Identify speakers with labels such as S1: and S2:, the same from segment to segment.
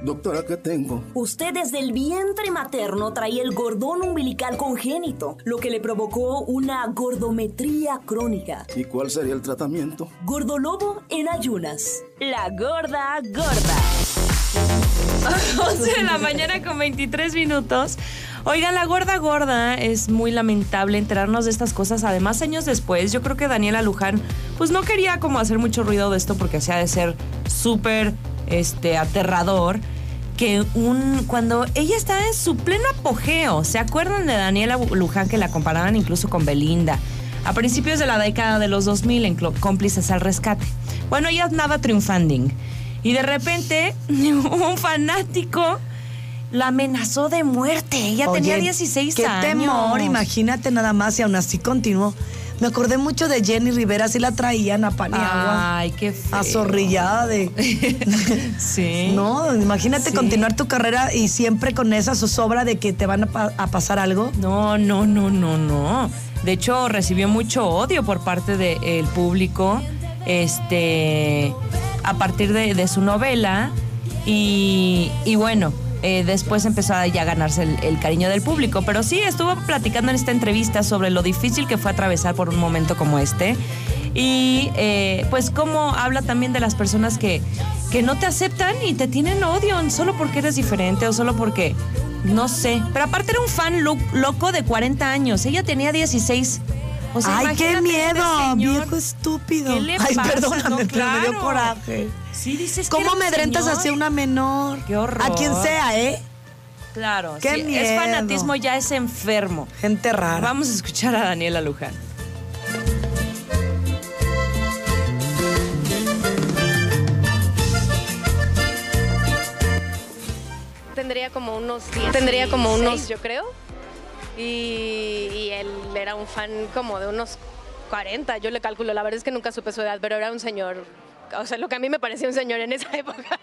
S1: Doctora, ¿qué tengo?
S2: Usted desde el vientre materno traía el gordón umbilical congénito, lo que le provocó una gordometría crónica.
S1: ¿Y cuál sería el tratamiento?
S2: Gordolobo en ayunas.
S3: La gorda gorda. 11 de la mañana con 23 minutos. Oigan, la gorda gorda es muy lamentable enterarnos de estas cosas. Además, años después, yo creo que Daniela Luján, pues no quería como hacer mucho ruido de esto porque hacía de ser súper este, aterrador que un cuando ella estaba en su pleno apogeo, ¿se acuerdan de Daniela Luján que la comparaban incluso con Belinda? A principios de la década de los 2000 en Cl- Cómplices al Rescate. Bueno, ella andaba triunfando y de repente un fanático la amenazó de muerte. Ella
S4: Oye,
S3: tenía 16
S4: qué
S3: años.
S4: temor, imagínate nada más y aún así continuó. Me acordé mucho de Jenny Rivera, así la traían a Paniagua.
S3: Ay, qué feo.
S4: Azorrillada de.
S3: Sí.
S4: No, imagínate
S3: Sí.
S4: continuar tu carrera y siempre con esa zozobra de que te van a, pa- a pasar algo.
S3: No, no, no, no, no. De hecho, recibió mucho odio por parte del público este, a partir de, de su novela. Y, y bueno, eh, después empezó a ya ganarse el, el cariño del público. Pero sí, estuvo platicando en esta entrevista sobre lo difícil que fue atravesar por un momento como este. Y eh, pues cómo habla también de las personas que, que no te aceptan y te tienen odio solo porque eres diferente o solo porque no sé. Pero aparte era un fan lo- loco de 40 años. Ella tenía 16. O sea,
S4: Ay, qué
S3: imagínate este
S4: miedo,
S3: señor.
S4: viejo estúpido.
S3: ¿Qué le
S4: Ay,
S3: pasa? No,
S4: perdóname, pero me dio
S3: claro.
S4: coraje.
S3: Sí, dices que
S4: ¿Cómo
S3: era un
S4: amedrentas
S3: señor?
S4: así a una menor?
S3: Qué horror.
S4: A quien sea, ¿eh?
S3: Claro.
S4: Qué
S3: sí, Es
S4: miedo.
S3: fanatismo, ya es enfermo.
S4: Gente rara.
S3: Vamos a escuchar a Daniela Luján.
S5: Tendría como unos 10. Tendría como unos, yo creo. Y, y él era un fan como de unos 40, yo le calculo. La verdad es que nunca supe su edad, pero era un señor. O sea, lo que a mí me parecía un señor en esa época.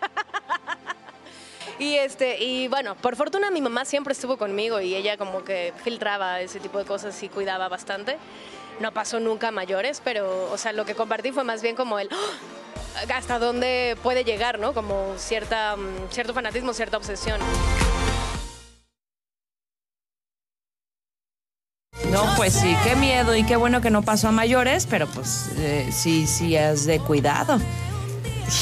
S5: Y este, y bueno, por fortuna mi mamá siempre estuvo conmigo y ella como que filtraba ese tipo de cosas y cuidaba bastante. No pasó nunca a mayores, pero o sea, lo que compartí fue más bien como el ¡Ah! hasta dónde puede llegar, ¿no? Como cierta mm, cierto fanatismo, cierta obsesión.
S3: No, pues sí, qué miedo y qué bueno que no pasó a mayores, pero pues eh, sí, sí es de cuidado.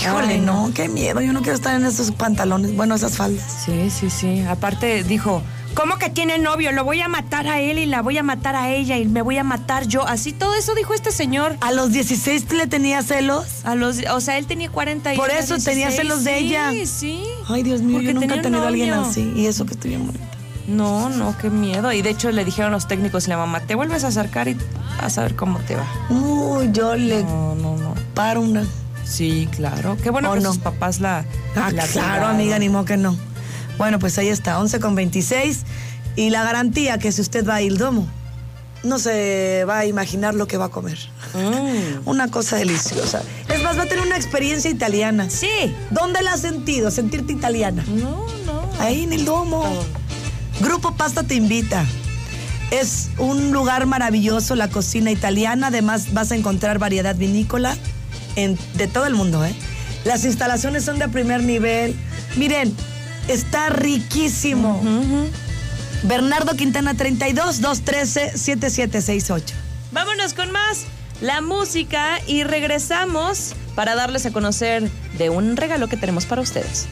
S4: Híjole,
S3: Ay,
S4: no, qué miedo. Yo no quiero estar en esos pantalones, bueno, esas faldas.
S3: Sí, sí, sí. Aparte dijo, ¿cómo que tiene novio? Lo voy a matar a él y la voy a matar a ella y me voy a matar yo. Así todo eso dijo este señor.
S4: A los 16 le tenía celos.
S3: A los, o sea, él tenía 40 y
S4: Por
S3: ella
S4: eso tenía celos de ella.
S3: Sí, sí.
S4: Ay, Dios mío,
S3: Porque
S4: yo nunca
S3: tenía
S4: he
S3: un
S4: tenido a alguien
S3: novio.
S4: así. Y eso que estoy bien bonita.
S3: No, no, qué miedo. Y de hecho le dijeron los técnicos y la mamá, te vuelves a acercar y vas a ver cómo te va.
S4: Uy, yo le
S3: No, no, no.
S4: paro una.
S3: Sí, claro. Qué bueno
S4: ¿O
S3: que
S4: no?
S3: sus papás la.
S4: Ah,
S3: la
S4: claro,
S3: cuidaron.
S4: amiga, ni modo que no. Bueno, pues ahí está, 11 con 26. Y la garantía que si usted va a Ildomo, no se va a imaginar lo que va a comer.
S3: Mm.
S4: Una cosa deliciosa. Es más, va a tener una experiencia italiana.
S3: Sí.
S4: ¿Dónde la has sentido? Sentirte italiana.
S3: No, no.
S4: Ahí en el domo. Grupo Pasta te invita. Es un lugar maravilloso, la cocina italiana. Además, vas a encontrar variedad vinícola en- de todo el mundo. ¿eh? Las instalaciones son de primer nivel. Miren, está riquísimo. Bernardo Quintana 32 213 7768.
S3: Vámonos con más la música y regresamos para darles a conocer de un regalo que tenemos para ustedes.